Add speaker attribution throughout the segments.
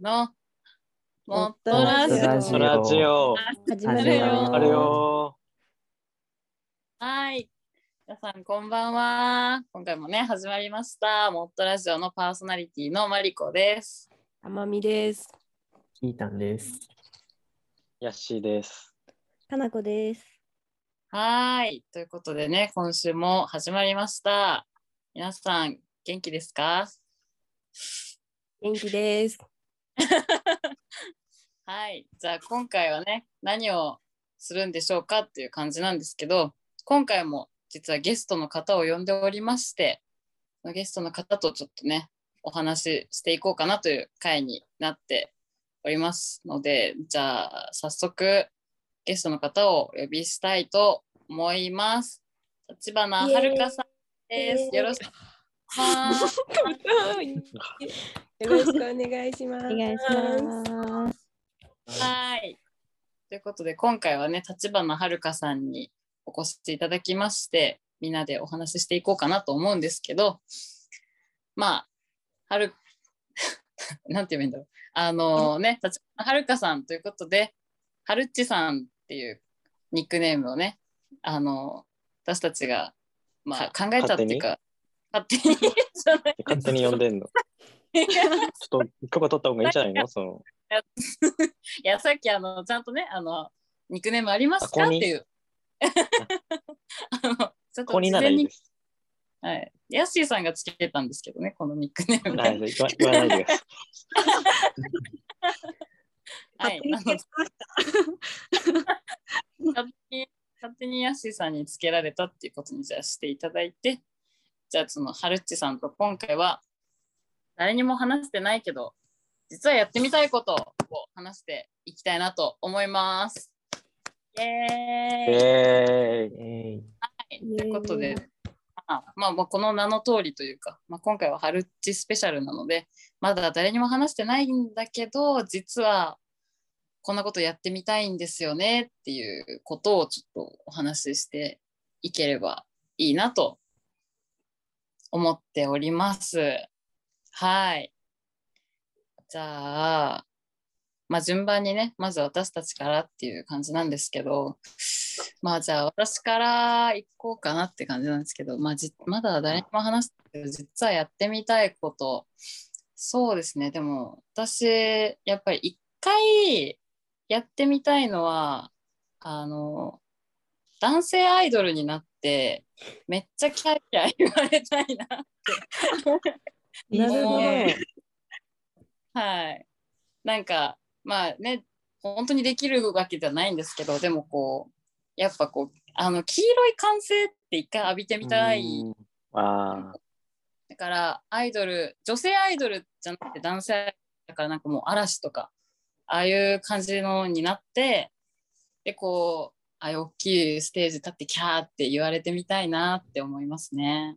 Speaker 1: のもっと
Speaker 2: ラ
Speaker 1: ラ
Speaker 2: ジ
Speaker 1: ジ
Speaker 2: オ
Speaker 1: オ
Speaker 2: そラジオ。
Speaker 1: 始
Speaker 3: め
Speaker 1: め
Speaker 3: る
Speaker 1: る
Speaker 3: よ
Speaker 1: よ
Speaker 2: あれよ。
Speaker 1: はい皆さんこんばんは今回もね始まりましたもっとラジオのパーソナリティのマリコです
Speaker 3: あまみです。
Speaker 4: キータンです。
Speaker 2: ヤッシーです。
Speaker 3: かなこです。
Speaker 1: はいということでね今週も始まりました皆さん元気ですか
Speaker 3: 元気です。
Speaker 1: はい、じゃあ今回はね何をするんでしょうかっていう感じなんですけど今回も実はゲストの方を呼んでおりましてそのゲストの方とちょっとねお話ししていこうかなという回になっておりますのでじゃあ早速ゲストの方をお呼びしたいと思います。立花
Speaker 3: イエーイ
Speaker 1: 遥香さんです。
Speaker 3: イエーイ
Speaker 1: よろしくお願いします。
Speaker 3: よろ しくお願いします。
Speaker 5: お願いします。
Speaker 1: はい。ということで今回はね立花遥さんにお越しいただきましてみんなでお話ししていこうかなと思うんですけどまあはる なんて言えばいいんだろうあのね立花遥さんということではるっちさんっていうニックネームをねあの私たちが、まあ、考えたっていうか勝手に じゃない
Speaker 2: 勝手に呼んでんの。ちょっと許可取った方がいいんじゃないのその
Speaker 1: いやさっきあのちゃんとねあのニックネームあります
Speaker 2: あ
Speaker 1: か
Speaker 2: こ
Speaker 1: っ
Speaker 2: に
Speaker 1: ていう。 あのちょっ
Speaker 2: ことに
Speaker 1: 事
Speaker 2: なら
Speaker 1: 前
Speaker 2: いい
Speaker 1: に
Speaker 2: です。
Speaker 1: はい、ヤッシーさんがつけたんですけどねこのニックネームね。
Speaker 2: はい、言わ言わないでく ださい。
Speaker 1: はい、あの勝手に勝手にヤッシーさんにつけられたっていうことにじゃあしていただいてじゃあそのハルッチさんと今回は誰にも話してないけど実はやってみたいことを話していきたいなと思います。イエーイ
Speaker 2: えーイ、
Speaker 4: えい
Speaker 1: ということで、まあ、まあまあこの名の通りというか、まあ、今回はハルッチスペシャルなので、まだ誰にも話してないんだけど、実はこんなことやってみたいんですよねっていうことをちょっとお話ししていければいいなと思っております。はい。じゃあ、まあ、順番にね、まず私たちからっていう感じなんですけど、まあじゃあ私から行こうかなって感じなんですけど、まあ、じまだ誰にも話してないけど、実はやってみたいこと、そうですね、でも私、やっぱり一回やってみたいのは、あの、男性アイドルになって、めっちゃキャーキャー言われたいな
Speaker 3: なるほど。
Speaker 1: はい。なんか、まあね、本当にできるわけじゃないんですけど、でもこう、やっぱこう、あの、黄色い歓声って一回浴びてみたい。
Speaker 2: うん。あ
Speaker 1: だから、アイドル、女性アイドルじゃなくて男性アイドルだから、なんかもう嵐とか、ああいう感じのになって、で、こう、ああいう大きいステージ立ってキャーって言われてみたいなって思いますね。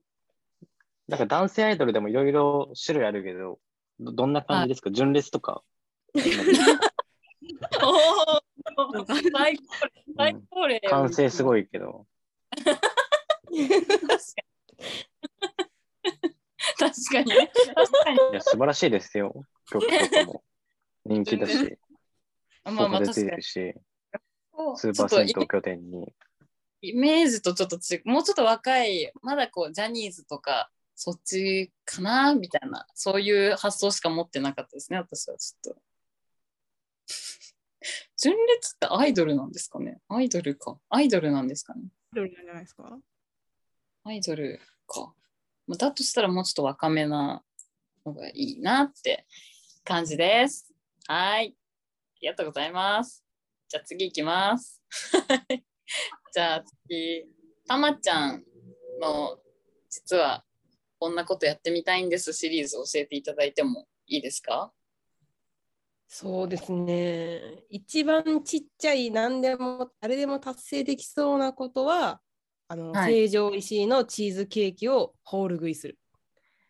Speaker 2: ーなんか男性アイドルでもいろいろ種類あるけど、どどんな感じですか純烈 とか。
Speaker 1: おお最
Speaker 2: う
Speaker 1: 最
Speaker 2: ん
Speaker 1: 高齢
Speaker 2: 完成すごいけど。
Speaker 1: 確か に。確かにね。確かに。
Speaker 2: いや、素晴らしいですよ。曲とかも。人気だ
Speaker 1: 純
Speaker 2: し、
Speaker 1: まあまあ
Speaker 2: 出
Speaker 1: 確
Speaker 2: て
Speaker 1: か
Speaker 2: る
Speaker 1: に。
Speaker 2: し、スー
Speaker 1: ち
Speaker 2: パ
Speaker 1: ょっと
Speaker 2: ー銭
Speaker 1: イ
Speaker 2: 湯拠点に。
Speaker 1: イメージとちょっと違う。もうちょっと若い、まだこう、ジャニーズとか、そっちかなみたいな、そういう発想しか持ってなかったですね、私はちょっと。 純烈ってアイドルなんですかねアイドルか。アイドルなんですかね
Speaker 5: どれなんじゃないですか。
Speaker 1: アイドルか。まあだとしたらもうちょっと若めなのがいいなって感じです。はい。ありがとうございます。じゃあ次行きます。 じゃあ次、たまちゃんの実はこんなことやってみたいんですシリーズ教えていただいてもいいですか
Speaker 3: そうですね。一番ちっちゃい何でも誰でも達成できそうなことは、あの、
Speaker 1: はい
Speaker 3: 成城石井のチーズケーキをホール食いする。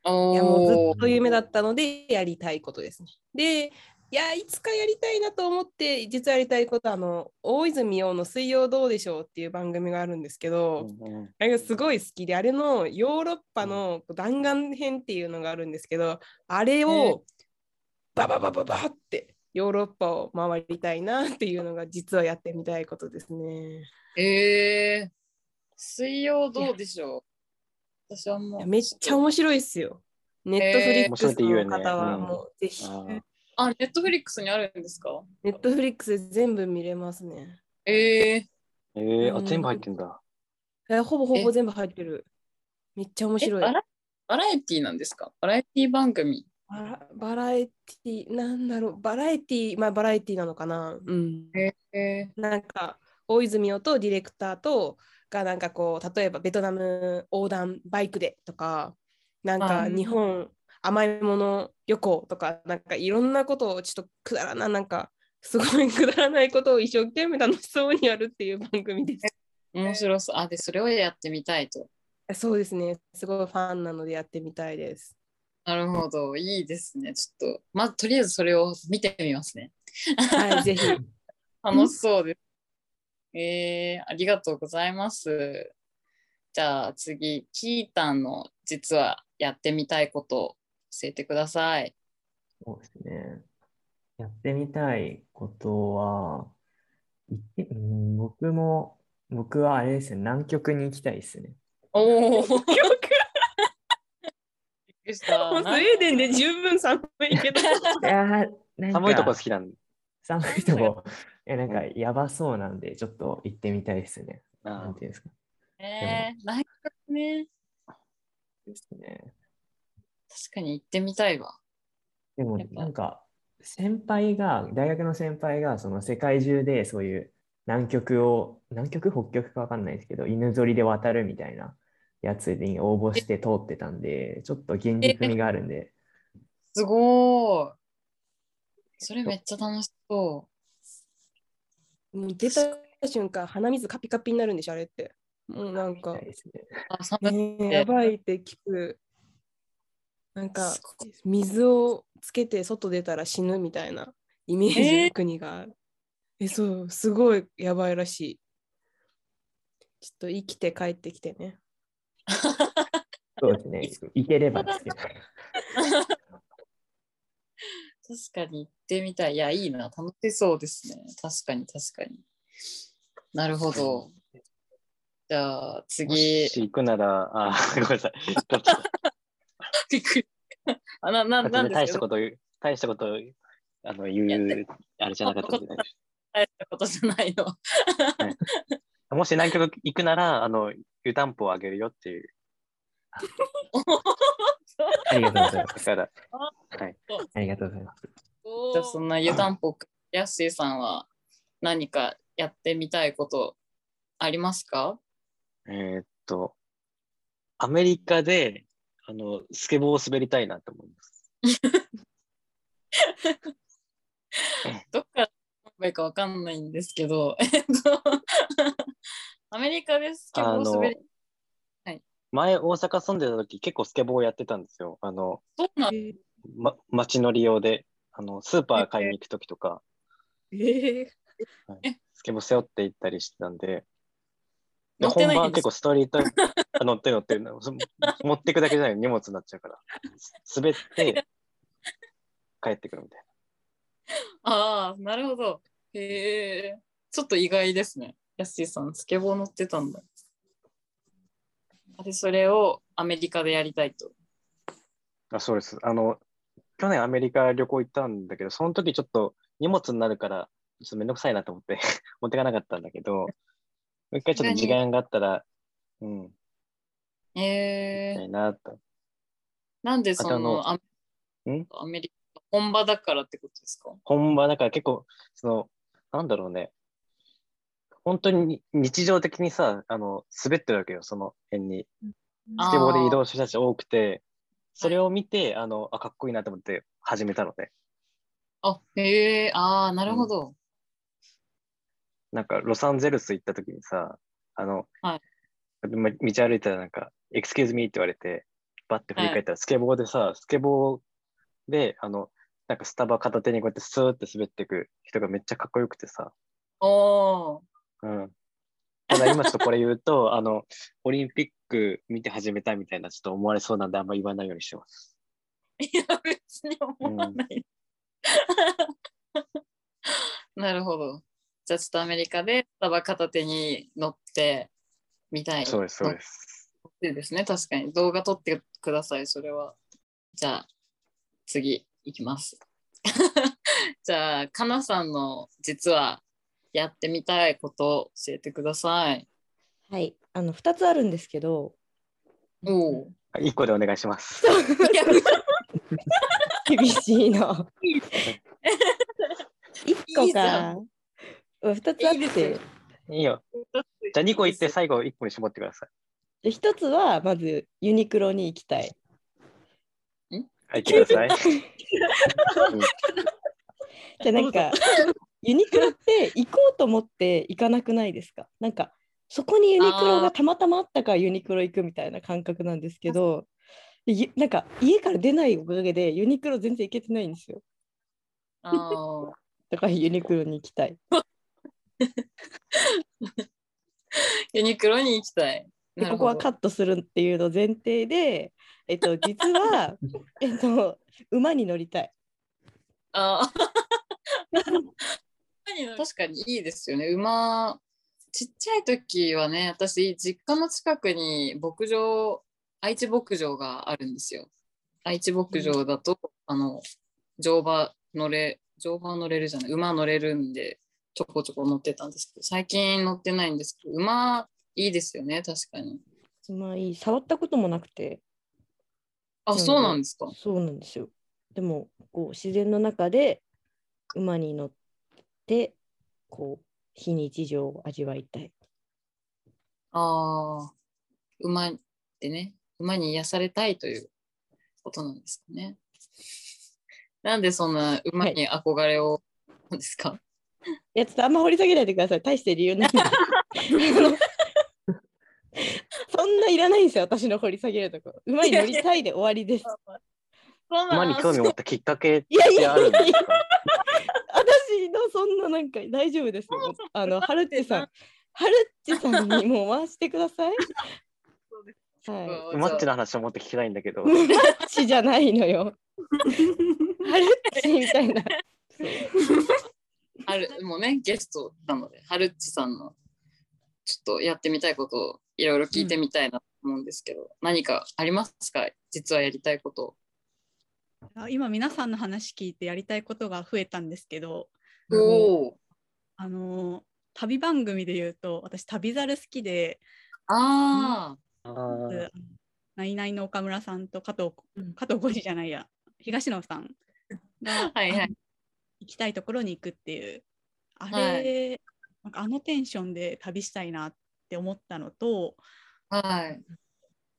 Speaker 3: いやもうず
Speaker 1: お
Speaker 3: っと夢だったのでやりたいことですね。でいやいつかやりたいなと思って実はやりたいことあの大泉洋の「水曜どうでしょう」っていう番組があるんですけど、あれがすごい好きであれのヨーロッパの弾丸編っていうのがあるんですけどあれをバババババってヨーロッパを回りたいなっていうのが実はやってみたいことですね。
Speaker 1: えー、水曜どうでしょう私はも
Speaker 3: いうやめっちゃ面白いですよ。ネットフリックスの方は
Speaker 2: 面白いって言うよね
Speaker 3: もう
Speaker 2: うん
Speaker 3: ぜひ、
Speaker 2: あー
Speaker 1: あ、ネットフリックスにあるんですか
Speaker 3: ネットフリックスで全部見れますね。
Speaker 1: えー、
Speaker 2: えー、
Speaker 3: う
Speaker 2: あ、
Speaker 3: ん
Speaker 2: 全部入ってんだ。
Speaker 3: えほぼほぼ
Speaker 1: え
Speaker 3: 全部入ってる。めっちゃ面
Speaker 1: え
Speaker 3: 白い。
Speaker 1: バラバラエティなんですかバラエティ番組。
Speaker 3: バラバラエティなんだろうバラエティまあバラエティなのかなうん
Speaker 1: え
Speaker 3: なんか大泉洋とディレクターとがなんかこう例えばベトナム横断バイクでとかなんか
Speaker 1: はい
Speaker 3: 日本甘いもの旅行とかなんかいろんなことをちょっとくだらななんかすごいくだらないことを一生懸命楽しそうにやるっていう番組です。
Speaker 1: ー、面白そう。あ、で、それをやってみたいと。
Speaker 3: そうですねすごいファンなのでやってみたいです。
Speaker 1: なるほど。いいですね。ちょっと、まず、とりあえずそれを見てみますね。
Speaker 3: はい ぜひ
Speaker 1: 楽しそうです。えー、ありがとうございます。じゃあ次、キータンの実はやってみたいことを教えてください。
Speaker 4: そうですね。やってみたいことは、行ってうん僕も、僕はあれですね、南極に行きたいですね。
Speaker 1: おお、びっくりした。
Speaker 3: もうスウェーデンで十分寒いけど
Speaker 4: いやーなんか
Speaker 2: 寒いとこ好きなんだ。
Speaker 4: 寒いとこ、いやなんかやばそうなんで、ちょっと行ってみたいですね。な
Speaker 2: あ
Speaker 4: んていうんですか。
Speaker 1: ねえ、ないね。
Speaker 4: ですね。
Speaker 1: 確かに行ってみたいわ。
Speaker 4: でも
Speaker 1: やっぱ
Speaker 4: なんか、先輩が、大学の先輩が、その世界中でそういう南極を、南極北極かわかんないですけど、犬ぞりで渡るみたいなやつに応募して通ってたんで、ちょっと現実味があるんで、
Speaker 1: すごーい。それめっちゃ楽しそ
Speaker 3: もう出た瞬間鼻水カピカピになるんでしょあれって。もうなんか
Speaker 4: 行きたいですね。
Speaker 1: う。あ、そんな
Speaker 3: ねえ
Speaker 1: て
Speaker 3: やばいって聞く。なんか
Speaker 1: すご
Speaker 3: 水をつけて外出たら死ぬみたいなイメージ
Speaker 1: え
Speaker 3: の
Speaker 1: ー
Speaker 3: 国がある。えそう、すごいやばいらしい。ちょっと生きて帰ってきてね。
Speaker 4: そうですね。行ければですけど。
Speaker 1: 確かに行ってみたい。いや、いいな。楽しそうですね。確かに、確かに。なるほど。じゃあ、
Speaker 2: も
Speaker 1: 次。
Speaker 2: し行くなら、あ ー、ごめんなさい。どっちだ
Speaker 1: びっくり あな、な、なんで
Speaker 2: 大
Speaker 1: すけ
Speaker 2: し
Speaker 1: ど、
Speaker 2: たこと言う、大したことあの言
Speaker 1: いやで
Speaker 2: う、あれじゃなかったんで大丈夫です
Speaker 1: 大したことじゃない の。
Speaker 2: もし南極行くなら、あの、湯たんぽをあげるよっていう。
Speaker 4: ありがとうござい
Speaker 2: だ
Speaker 4: ます。
Speaker 2: から、
Speaker 4: ありがとうございます。
Speaker 1: じゃあ、そんな湯たんぽく、やっしーさんは何かやってみたいことありますか
Speaker 2: えーっと、アメリカで、あの、スケボーを滑りたいなと思います。
Speaker 1: どっから行けばいいかわかんないんですけど、えっと、 アメリカですけ
Speaker 2: あ
Speaker 1: ど、
Speaker 2: の
Speaker 1: 滑り、
Speaker 2: 前、大阪住んでた時、結構スケボーやってたんですよ。あの、
Speaker 1: そうなん
Speaker 3: え
Speaker 2: ま、街乗り用で、あの、スーパー買いに行く時とか、
Speaker 3: え
Speaker 2: スケボー背負って行ったりしてたんで、で
Speaker 1: 乗って
Speaker 2: 本
Speaker 1: ない
Speaker 2: 番
Speaker 1: んで
Speaker 2: 結
Speaker 1: す
Speaker 2: 構ストリー ト、あ乗って乗って、そ持っていくだけじゃない荷物になっちゃうから、す滑って帰ってくるみたい
Speaker 1: ああ、なるほど。へえ、ちょっと意外ですね。ヤッシーさん、スケボー乗ってたんだ。で、それをアメリカでやりたいと。
Speaker 2: な。あそうです。あの、去年アメリカ旅行行ったんだけど、その時ちょっと荷物になるから、ちょっとめんどくさいなと思って 持ってかなかったんだけど、もう一回ちょっと時間があったら、うん、行
Speaker 1: へ
Speaker 2: き
Speaker 1: え、
Speaker 2: たいなと。
Speaker 1: なんでそ
Speaker 2: あとあの
Speaker 1: のアメ
Speaker 2: ん
Speaker 1: アメリカ本場だからってことですか
Speaker 2: 本場だから結構、その、なんだろうね。本当に日常的にさ、あの、滑ってるわけよ、その辺に。スケボーで移動した人たち多くて、それを見て、あの、あ、かっこいいなと思って始めたので、
Speaker 1: あ、へえ、ああ、なるほど。
Speaker 2: なんかロサンゼルス行った時にさ、あの、
Speaker 1: はい
Speaker 2: ま道歩いたらなんか、エクスキューズミーって言われて、バッて振り返ったら、スケボーでさ、スケボーで、あの、なんかスタバ片手にこうやってスーって滑ってく人がめっちゃかっこよくてさ、
Speaker 1: おー
Speaker 2: うん。ただ今ちょっとこれ言うと、あ の、オリンピック見て始めたみたいな、ちょっと思われそうなんで、あんま言わないようにしてます。
Speaker 1: いや、別に思わない。なるほど。じゃあちょっとアメリカでスタバ片手に乗ってみたい。
Speaker 2: そうです、そうです。
Speaker 1: いいですね、確かに。動画撮ってください、それは。じゃあ、次いきます。 じゃあ、かなさんの実はやってみたいこと教えてください。
Speaker 6: はい、あの2つあるんですけど、
Speaker 1: おお。
Speaker 2: 一個でお願いし ます。
Speaker 6: 厳しいの。1
Speaker 1: い
Speaker 6: 個
Speaker 1: いじゃ
Speaker 6: か。2つあって、
Speaker 1: いいですよ
Speaker 2: いいよ。じゃあ2個いって最後1個に絞ってくださ
Speaker 6: で一つはまずユニクロに行きたい。
Speaker 2: い。はい、言ってくだ さい。
Speaker 6: じゃあな んかユニクロって行こうと思って行かなくないですかなんかそこにユニクロ
Speaker 1: あー
Speaker 6: がたまたまあったからユニクロ行くみたいな感覚なんですけどでゆなんか家から出ないおかげでユニクロ全然行けてないんですよ
Speaker 1: あー
Speaker 6: だからユニクロに行きたい
Speaker 1: ユニクロに行きたい。
Speaker 6: で
Speaker 1: なる
Speaker 6: ここ
Speaker 1: ほど
Speaker 6: はカットするっていうの前提でえ っと実はえっと馬に乗りたい
Speaker 1: あー確かにいいですよね。馬、ちっちゃい時はね、私、実家の近くに牧場、愛知牧場があるんですよ。愛知牧場だと、あの、乗馬乗れ、乗馬乗れるじゃない、馬乗れるんで、ちょこちょこ乗ってたんですけど、最近乗ってないんですけど、馬、いいですよね、確かに。
Speaker 6: まあいい触ったこともなくて
Speaker 1: あ、そうなんですか。
Speaker 6: そうなんですよ。でもこう自然の中で馬に乗ってこう非日常を味わいたい。
Speaker 1: ああ、馬ってね、馬に癒されたいということなんですかね。なんでそんな馬に憧れを、なんですか
Speaker 6: いやちょっとあんま掘り下げないでください。大して理由ないんで。あ のそんないらないんですよ、私の掘り下げるところ。馬に乗りたいで終わりです。
Speaker 2: 馬に興味を持ったきっかけっ
Speaker 6: いやい
Speaker 2: て
Speaker 6: や
Speaker 2: ある
Speaker 6: い
Speaker 2: んで
Speaker 6: や
Speaker 2: す
Speaker 6: いや
Speaker 2: か。
Speaker 6: 私のそんななんか大丈夫ですよ。あの、ハルッチさん、ハルッチさんにもう回してください。はい。
Speaker 2: マッチの話をもっと聞きたいんだけど。
Speaker 6: マッチじゃない のよ。ハルッチみたいな。
Speaker 1: はるもうね、ゲストなので、はるっちさんのちょっとやってみたいことをいろいろ聞いてみたいなと思うんですけど、何かありますか実はやりたいこと。
Speaker 5: あ今皆さんの話聞いてやりたいことが増えたんですけど、
Speaker 1: おお。
Speaker 5: あのー旅番組で言うと私旅猿好きで、
Speaker 1: ああ、
Speaker 2: あ
Speaker 5: うん
Speaker 2: ー
Speaker 5: ナイナイの岡村さんと加藤加藤浩次じゃないや東野さんが
Speaker 1: はいはい
Speaker 5: あの行きたいところに行くっていうあれ、なんかあのテンションで旅したいなって思ったのと
Speaker 1: はい。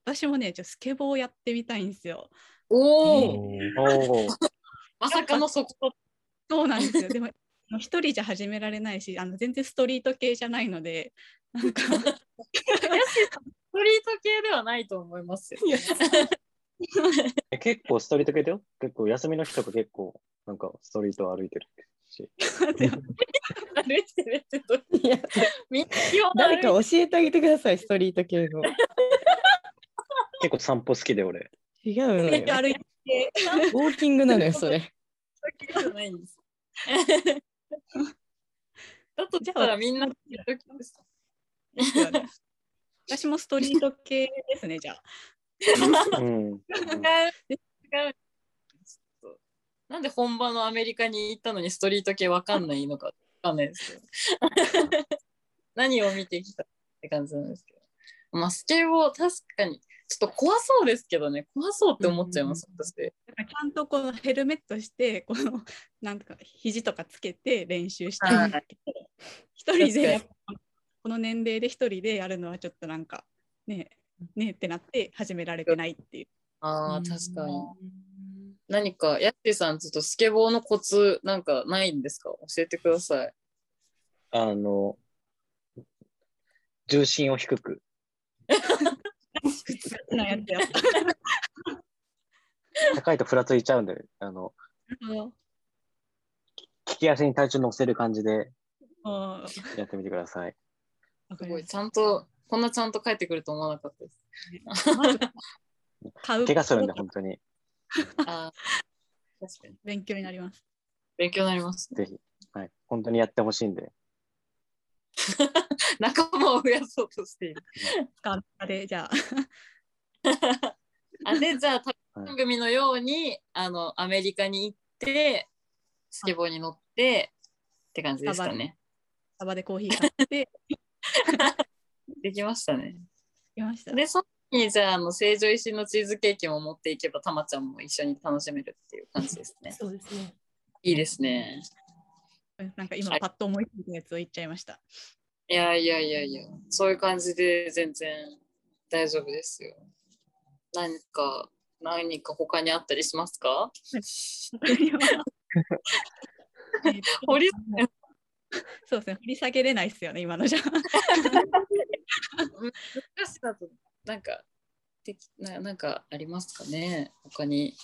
Speaker 5: 私もねちょっとスケボーをやってみたいんですよ。
Speaker 1: おお、
Speaker 4: おー
Speaker 2: おー
Speaker 1: まさかのそこ。
Speaker 5: そうなんですよ。でも あの一人じゃ始められないし、あの全然ストリート系じゃないので、なんか
Speaker 1: ストリート系ではないと思いますよ。
Speaker 2: え結構ストリート系だよ。結構休みの日とか結構なんかストリートを歩いてるし。
Speaker 1: 歩いてるってどう
Speaker 6: いや
Speaker 1: みんな基本
Speaker 6: 誰か
Speaker 1: 歩い
Speaker 6: 教えてあげてください、ストリート系の。
Speaker 2: 結構散歩好きで 俺。
Speaker 6: 違う のよ。
Speaker 5: 歩いて
Speaker 6: ウォーキングなのよ、それ。
Speaker 1: てるわけじゃないんです。だとしたらみんな時々です
Speaker 5: ますよね。 私もストリート系ですね、じゃあ。
Speaker 2: うん。
Speaker 1: 違う違うちょっとなんで本場のアメリカに行ったのにストリート系わかんないのかわかんないですけど何を見てきたって感じなんですけどまあスケボー確かにちょっと怖そうですけどね怖そうって思っちゃいます、私
Speaker 5: だからちゃんとこのヘルメットして、このなんか肘とかつけて練習したいんだけど、一人でやっぱこの年齢で一人でやるのはちょっとなんかねえねえってなって始められてないっていう。
Speaker 1: ああ確かに何かやってさんちょっとスケボーのコツなんかないんですか教えてください
Speaker 2: あの、重心を低 く。
Speaker 5: 好きなやつやっ
Speaker 2: 高いとふらついちゃうんで、あの、利き足に体重乗せる感じで
Speaker 5: た。わ
Speaker 2: やってみてください。
Speaker 5: か
Speaker 1: す
Speaker 5: り
Speaker 1: ご
Speaker 5: ま
Speaker 1: い
Speaker 5: し
Speaker 1: ちゃんとこんなちゃんと帰ってくると思わなかったです
Speaker 5: たまず買う
Speaker 2: 怪我するんで、本当に。
Speaker 1: あー確かに
Speaker 5: 勉強になります。
Speaker 1: 勉強になります。
Speaker 2: ぜひ。はい。本当にやってほしいんで。
Speaker 1: 仲間を増やそうとしている。
Speaker 5: かあれじゃあ
Speaker 1: あで、じゃあ、旅番組のように、あの、アメリカに行って、スケボーに乗って、って感じでしたね。
Speaker 5: サバでコーヒー買って
Speaker 1: できました ね。
Speaker 5: きました。
Speaker 1: で、その時に、じゃあ、あの、成城石井のチーズケーキも持っていけば、たまちゃんも一緒に楽しめるっていう感じですね。
Speaker 6: そうですね。
Speaker 1: いいですね。
Speaker 5: なんか今パッと思いついたやつを言っちゃいました。
Speaker 1: いやいやいやいや、そういう感じで全然大丈夫ですよ。何か、何か他にあったりしますか 掘り
Speaker 5: そうですね。振り下げれないですよね、今のじゃ。
Speaker 1: 難しだと、なんか、できななんかありますかね他に。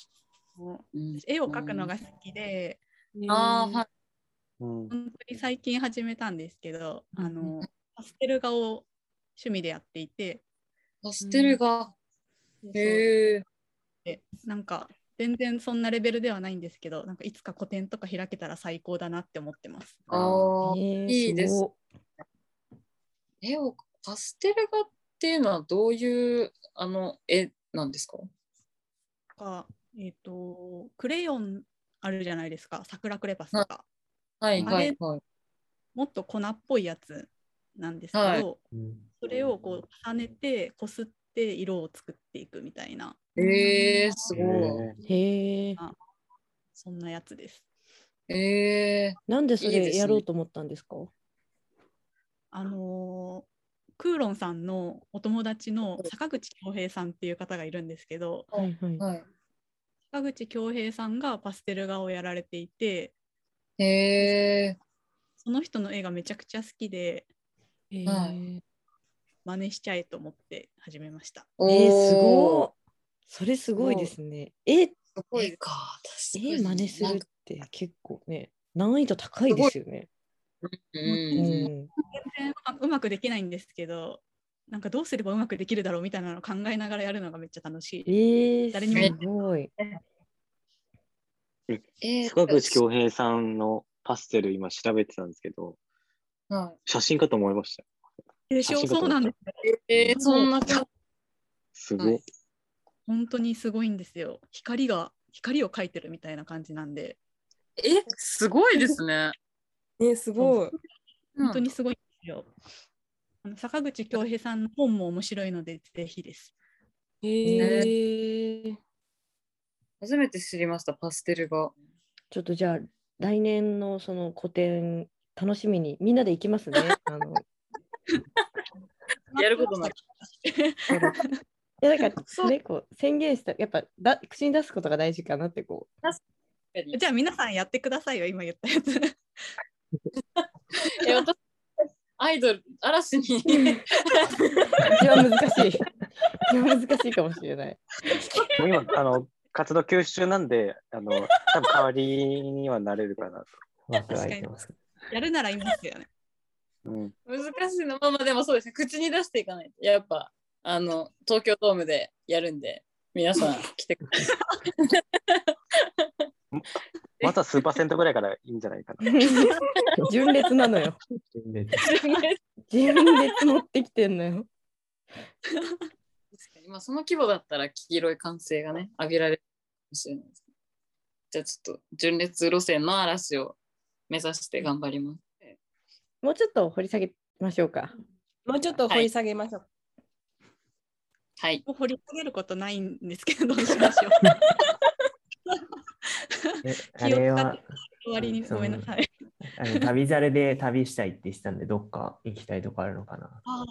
Speaker 1: うん
Speaker 5: 絵を描くのが好きで、
Speaker 1: あーはい
Speaker 2: うん。
Speaker 5: 本当に最近始めたんですけど、あの、パステル画を趣味でやっていて、
Speaker 1: パステルが。へえ。
Speaker 5: でなんか全然そんなレベルではないんですけど、なんかいつか個展とか開けたら最高だなって思ってます。
Speaker 1: あ
Speaker 6: え
Speaker 1: ー
Speaker 6: ー
Speaker 1: いいです
Speaker 6: ご
Speaker 1: 絵をパステル画っていうのはどういうあの絵なんですか
Speaker 5: かえっ、と、クレヨンあるじゃないですか、桜クレパスとか。
Speaker 1: はいはいはい。
Speaker 5: もっと粉っぽいやつなんですけど、
Speaker 1: はい
Speaker 5: それをこう重ねて、こすって色を作っていくみたいな、
Speaker 1: えー、すご
Speaker 2: へ
Speaker 6: へえ。
Speaker 5: そんなやつです。
Speaker 1: い。え
Speaker 6: なんでそ
Speaker 1: いいで
Speaker 6: れ
Speaker 1: すね
Speaker 6: やろうと思ったんですか。
Speaker 5: あのークーロンさんのお友達の坂口恭平さんっていう方がいるんですけど、
Speaker 6: はいはい
Speaker 1: ー、。はい。
Speaker 5: 坂口恭平さんがパステル画をやられていて、
Speaker 1: え
Speaker 5: その人の絵がめちゃくちゃ好きで、
Speaker 6: え
Speaker 1: はい
Speaker 6: ー
Speaker 5: 真似しちゃえと思って始めました。
Speaker 1: ー、
Speaker 6: えーす
Speaker 1: お
Speaker 6: ご
Speaker 1: ー
Speaker 6: い。それすごいですね。え、え、
Speaker 1: すごいか。確かに。
Speaker 6: 真似す
Speaker 1: な
Speaker 6: る
Speaker 1: ん
Speaker 6: っ
Speaker 1: か
Speaker 6: て結構ね、難易度高いですよね。
Speaker 1: う。
Speaker 6: うんん。
Speaker 5: 全然うまくできないんですけど、なんかどうすればうまくできるだろうみたいなのを考えながらやるのがめっちゃ楽し
Speaker 6: え
Speaker 5: い。
Speaker 6: ー、
Speaker 5: 誰にも
Speaker 6: すごい。
Speaker 1: え
Speaker 2: え。
Speaker 1: ー
Speaker 2: 塚口恭平さんのパステル今調べてたんですけど、
Speaker 1: は
Speaker 2: 写真かと思いました。
Speaker 5: でしょ
Speaker 2: 写真かと
Speaker 5: そう
Speaker 2: 思っ
Speaker 5: なん
Speaker 2: た
Speaker 5: です。
Speaker 1: い。えー、そんな感
Speaker 2: す
Speaker 1: は
Speaker 2: ご
Speaker 1: い
Speaker 2: い。
Speaker 5: 本当にすごいんですよ。光が光を描いてるみたいな感じなんで、
Speaker 1: じ。え、すごいですね。
Speaker 3: ね、すごい。
Speaker 5: 本当にすごいんですよ。あの坂口恭平さんの本も面白いのでぜひです。
Speaker 3: へえ。
Speaker 1: 初めて知りました、パステルが。
Speaker 6: ちょっとじゃあ、来年のその個展、楽しみに、みんなで行きますね。あの、
Speaker 1: やることない。
Speaker 6: いやなんか、ね、こう宣言した、やっぱだ口に出すことが大事かなってこう。
Speaker 5: じゃあ皆さんやってくださいよ今言ったやつ。
Speaker 1: え、私、アイドル、嵐に
Speaker 6: 一番難しい。一番難しいかもしれない。
Speaker 2: もう今、あの、活動休止中なんで、あの、多分代わりにはなれるかなと。
Speaker 4: ワクワクしてます。
Speaker 5: やるならいますよね。
Speaker 2: うん。
Speaker 1: 難しいの。まあまあ、でもそうですね。口に出していかないと。やっぱ、あの、東京ドームでやるんで、皆さん来てください。
Speaker 2: まずは数パーセントぐらいからいいんじゃないかな。
Speaker 6: 純烈なのよ。純烈持ってきてんのよ。
Speaker 1: 確かにまあ、その規模だったら黄色い歓声がね、上げられるかもしれないですね。じゃあちょっと、純烈路線の嵐を目指して頑張ります。
Speaker 6: もうちょっと掘り下げましょうか。
Speaker 3: もうちょっと掘り下げましょう。
Speaker 1: はい。
Speaker 5: もう掘り下げることないんですけ どどうしましょう。
Speaker 4: えあ
Speaker 5: 気を
Speaker 4: れ
Speaker 5: 使っ
Speaker 4: は
Speaker 5: て、終わりに
Speaker 4: うんそう
Speaker 5: ごめんなさい。
Speaker 4: あの旅ザレで旅したいって言ってたんで、どっか行きたいとこあるのかな。
Speaker 5: あ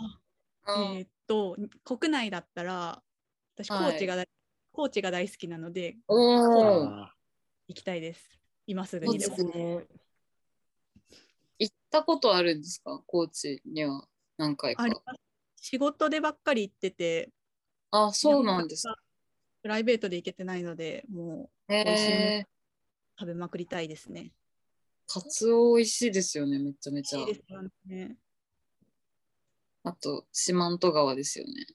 Speaker 1: う
Speaker 5: ーえーっと国内だったら私高
Speaker 1: はい
Speaker 5: 知が大、高知が大好きなので
Speaker 1: おー
Speaker 2: あ
Speaker 5: 行きたいです。今すぐ
Speaker 1: そう
Speaker 5: に
Speaker 1: で
Speaker 5: ですも。
Speaker 1: ね。行ったことあるんですか高知には何回か
Speaker 5: あ。ります仕事でばっかり行ってて、
Speaker 1: あそうなんです
Speaker 5: か。プライベートで行けてないので、もう
Speaker 1: ね。
Speaker 5: 美味しい
Speaker 1: え
Speaker 5: 食べまくりたいですね。
Speaker 1: ー、カツオ美味しいですよね、めちゃめちゃ
Speaker 5: いい。ですよね。
Speaker 1: あと、四万十川ですよね。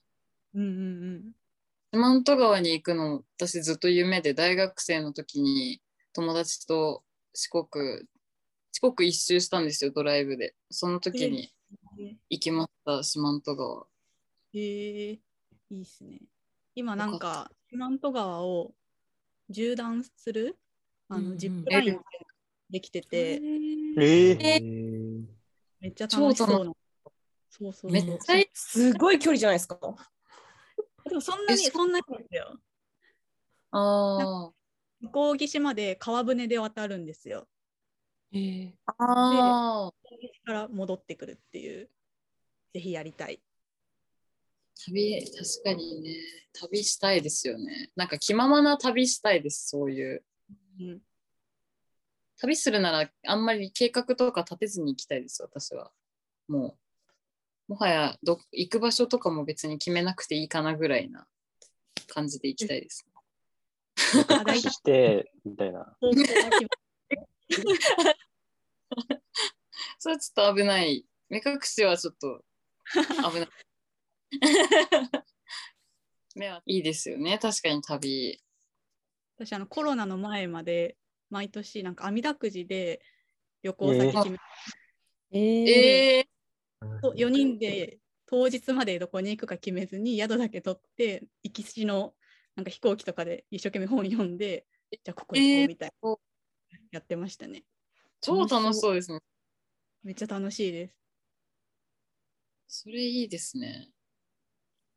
Speaker 5: うんうんうん。
Speaker 1: 四万十川に行くの私ずっと夢で大学生の時に友達と四国四国一周したんですよドライブでその時に行きました四万十川
Speaker 5: へえいいっすね。今なんか四万十川を縦断するあ
Speaker 6: うんう
Speaker 5: の
Speaker 6: ん
Speaker 5: ジップラインできてて、
Speaker 2: ええ
Speaker 4: え
Speaker 5: めっちゃ楽しそうな。そうそう
Speaker 1: めっちゃいい
Speaker 3: すごい距離じゃないですか。
Speaker 5: でもそんなに
Speaker 1: え
Speaker 5: そんなにですよ。
Speaker 1: あ
Speaker 5: 向こう岸まで川船で渡るんですよ。
Speaker 6: え
Speaker 1: ーあー
Speaker 5: から戻ってくるっていう。ぜひやりたい。
Speaker 1: 旅確かにね旅したいですよねなんか気ままな旅したいですそういう
Speaker 5: うん、
Speaker 1: 旅するならあんまり計画とか立てずに行きたいです私はもうもはやど行く場所とかも別に決めなくていいかなぐらいな感じで行きたいです
Speaker 5: あ
Speaker 2: ー、
Speaker 5: 大丈
Speaker 2: して、みたいな。
Speaker 5: 夫
Speaker 1: それはちょっと危ない目隠しはちょっと危ない 目はいいですよね確かに旅
Speaker 5: 私あのコロナの前まで毎年なんか網だくじで旅行先決めて
Speaker 6: ええ
Speaker 1: えー、
Speaker 5: と4人で当日までどこに行くか決めずに宿だけ取って行きしのなんか飛行機とかで一生懸命本読んでじゃあここ行こうみたいな、やってましたね
Speaker 1: 超楽しそうですね
Speaker 5: めっちゃ楽しいです
Speaker 1: それいいですね。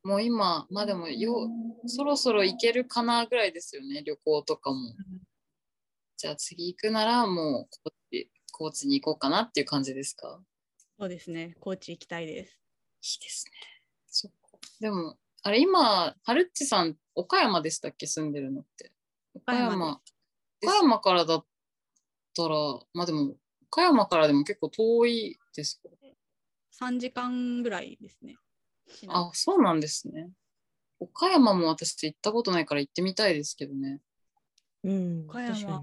Speaker 1: もう今、まあでもよう、そろそろ行けるかなぐらいですよね、旅行とかも。じゃあ次行くならもう高知、高知に行こうかなっていう感じですか
Speaker 5: そうですね高知行きたいです
Speaker 1: いいですね。そっか。でも、あれ今、はるっちさん、岡山でしたっけ、住んでるのって。岡
Speaker 5: 岡
Speaker 1: 山
Speaker 5: 山。
Speaker 1: 岡山からだったら、まあでも、岡山からでも結構遠いですか
Speaker 5: 3時間ぐらいですね市内
Speaker 1: あ、そうなんですね。岡山も私行ったことないから行ってみたいですけどね。
Speaker 6: うん、
Speaker 5: 岡山
Speaker 6: 確か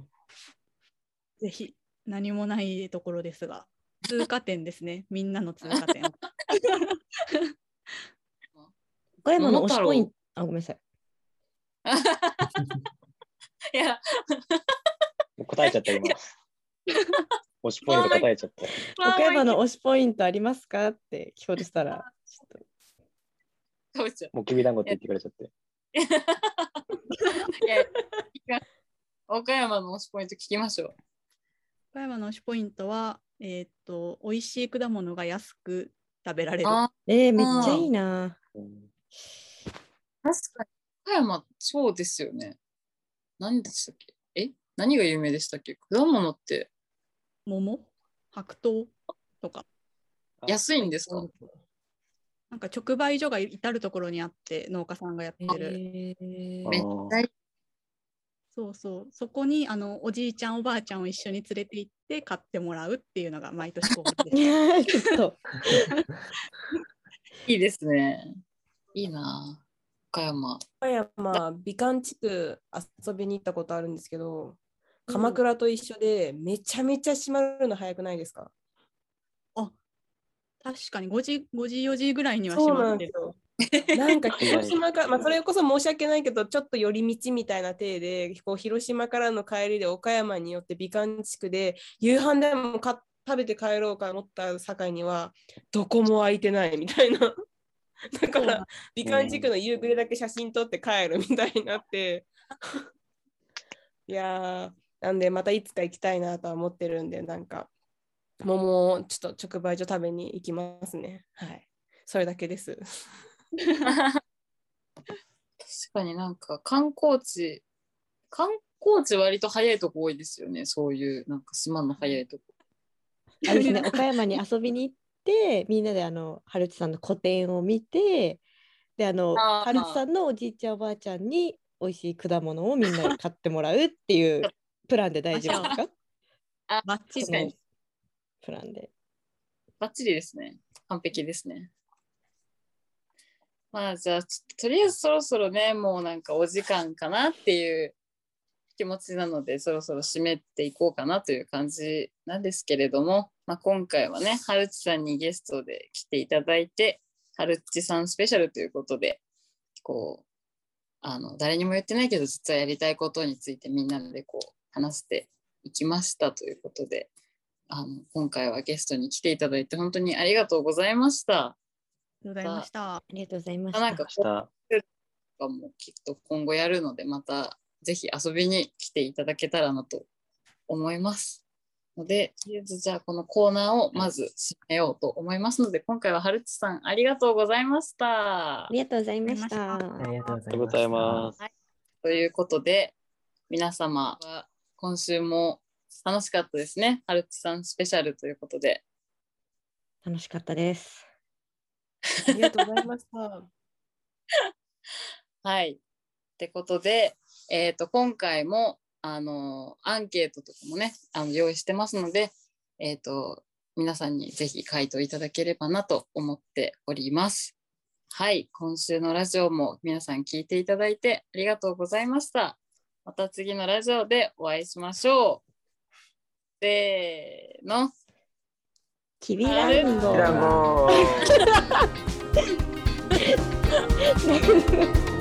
Speaker 6: に
Speaker 5: ぜひ何もないところですが通過点ですねみんなの通過点
Speaker 6: 岡山の
Speaker 1: 桃
Speaker 6: 推し
Speaker 1: 太郎
Speaker 6: ポイントあごめんなさい
Speaker 1: いや、
Speaker 2: 答えちゃった、今。推しポイント答えちゃった。
Speaker 6: 岡山の推しポイントありますかって聞こうとしたらちょっと
Speaker 1: かぶちゃん
Speaker 2: もうきびだんごって言ってくれちゃって。
Speaker 1: いやいや 岡山の推しポイント聞きましょう。
Speaker 5: 岡山の推しポイントはえーっと美味しい果物が安く食べられる
Speaker 1: あ
Speaker 6: えー、めっちゃいいな
Speaker 2: うん
Speaker 1: 確かに。岡山、そうですよね。何でしたっけえ何が有名でしたっけ果物って
Speaker 5: 桃白桃とか
Speaker 1: 安いんですか
Speaker 5: なんか直売所が至るところにあって農家さんがやってる、
Speaker 2: あ
Speaker 1: めっ
Speaker 2: ー
Speaker 1: ちゃいい
Speaker 5: そうそうそこにあのおじいちゃんおばあちゃんを一緒に連れて行って買ってもらうっていうのが毎年恒
Speaker 6: い
Speaker 5: 例です
Speaker 6: やーちょっと
Speaker 1: いいですね。いいなぁ。岡山。
Speaker 3: 岡山美観地区遊びに行ったことあるんですけど、鎌倉と一緒でめちゃめちゃ閉まるの早くないですか
Speaker 5: 確かに5時5時4時ぐらいには閉
Speaker 3: そうな
Speaker 5: まっ
Speaker 3: ん
Speaker 5: て
Speaker 3: で
Speaker 5: る
Speaker 3: すよ。なん か広島から、まあ、それこそ申し訳ないけどちょっと寄り道みたいな体でこう広島からの帰りで岡山によって美観地区で夕飯でもか食べて帰ろうか思った境にはどこも空いてないみたいな。 だか
Speaker 5: そうなん
Speaker 3: ら美観地区の夕暮れだけ写真撮って帰るみたいになって。 いやーなんでまたいつか行きたいなとは思ってるんでなんか桃をちょっと直売所食べに行きますね。はい。それだけ です。
Speaker 1: 確かになんか観光地、観光地割と早いとこ多いですよね。そういうなんか島の早いとこ。
Speaker 6: あれで すね、岡山に遊びに行って、みんなであの、はるちさんの個展を見て、で、あの、
Speaker 1: あー
Speaker 6: はるちさんのおじいちゃんおばあちゃんに美味しい果物をみんなで買ってもらうっていうプランで大丈夫ですか
Speaker 5: バッチリ
Speaker 1: 確かに
Speaker 6: そのプランで。
Speaker 1: バッチリですね。完璧ですね。まあじゃあちょっととりあえずそろそろねもうなんかお時間かなっていう気持ちなのでそろそろ締めていこうかなという感じなんですけれども、まあ、今回はねはるちさんにゲストで来ていただいてはるちさんスペシャルということでこうあの誰にも言ってないけど実はやりたいことについてみんなでこう話して行きましたということであの今回はゲストに来ていただいて本当にありがとうございました。
Speaker 5: りがとうございました。
Speaker 6: りがとうございまし
Speaker 1: まあなん
Speaker 6: た
Speaker 1: か
Speaker 2: 明。日、
Speaker 1: とかもきっと今後やるのでまたぜひ遊びに来ていただけたらなと思います。のでとりあえずじゃあこのコーナーをまず締めようと思いますので今回ははるちさんありがとうございました。
Speaker 6: あ。りがとうございまし
Speaker 5: あ
Speaker 6: た。
Speaker 4: ありがとう
Speaker 2: ありがとうございます
Speaker 1: ということで皆様は今週も楽しかったですね。はるちさんスペシャルということで。
Speaker 6: 楽しかったです。
Speaker 3: ありがとうございました。
Speaker 1: はい。ってことで、えー、と今回もあのアンケートとかもねあの用意してますので、えー、と皆さんにぜひ回答いただければなと思っております。はい。今週のラジオも皆さん聞いていただいてありがとうございました。また次のラジオでお会いしましょう。せーの。
Speaker 6: きびらん
Speaker 1: あ
Speaker 6: ご。
Speaker 2: ランゴー
Speaker 6: なくなっ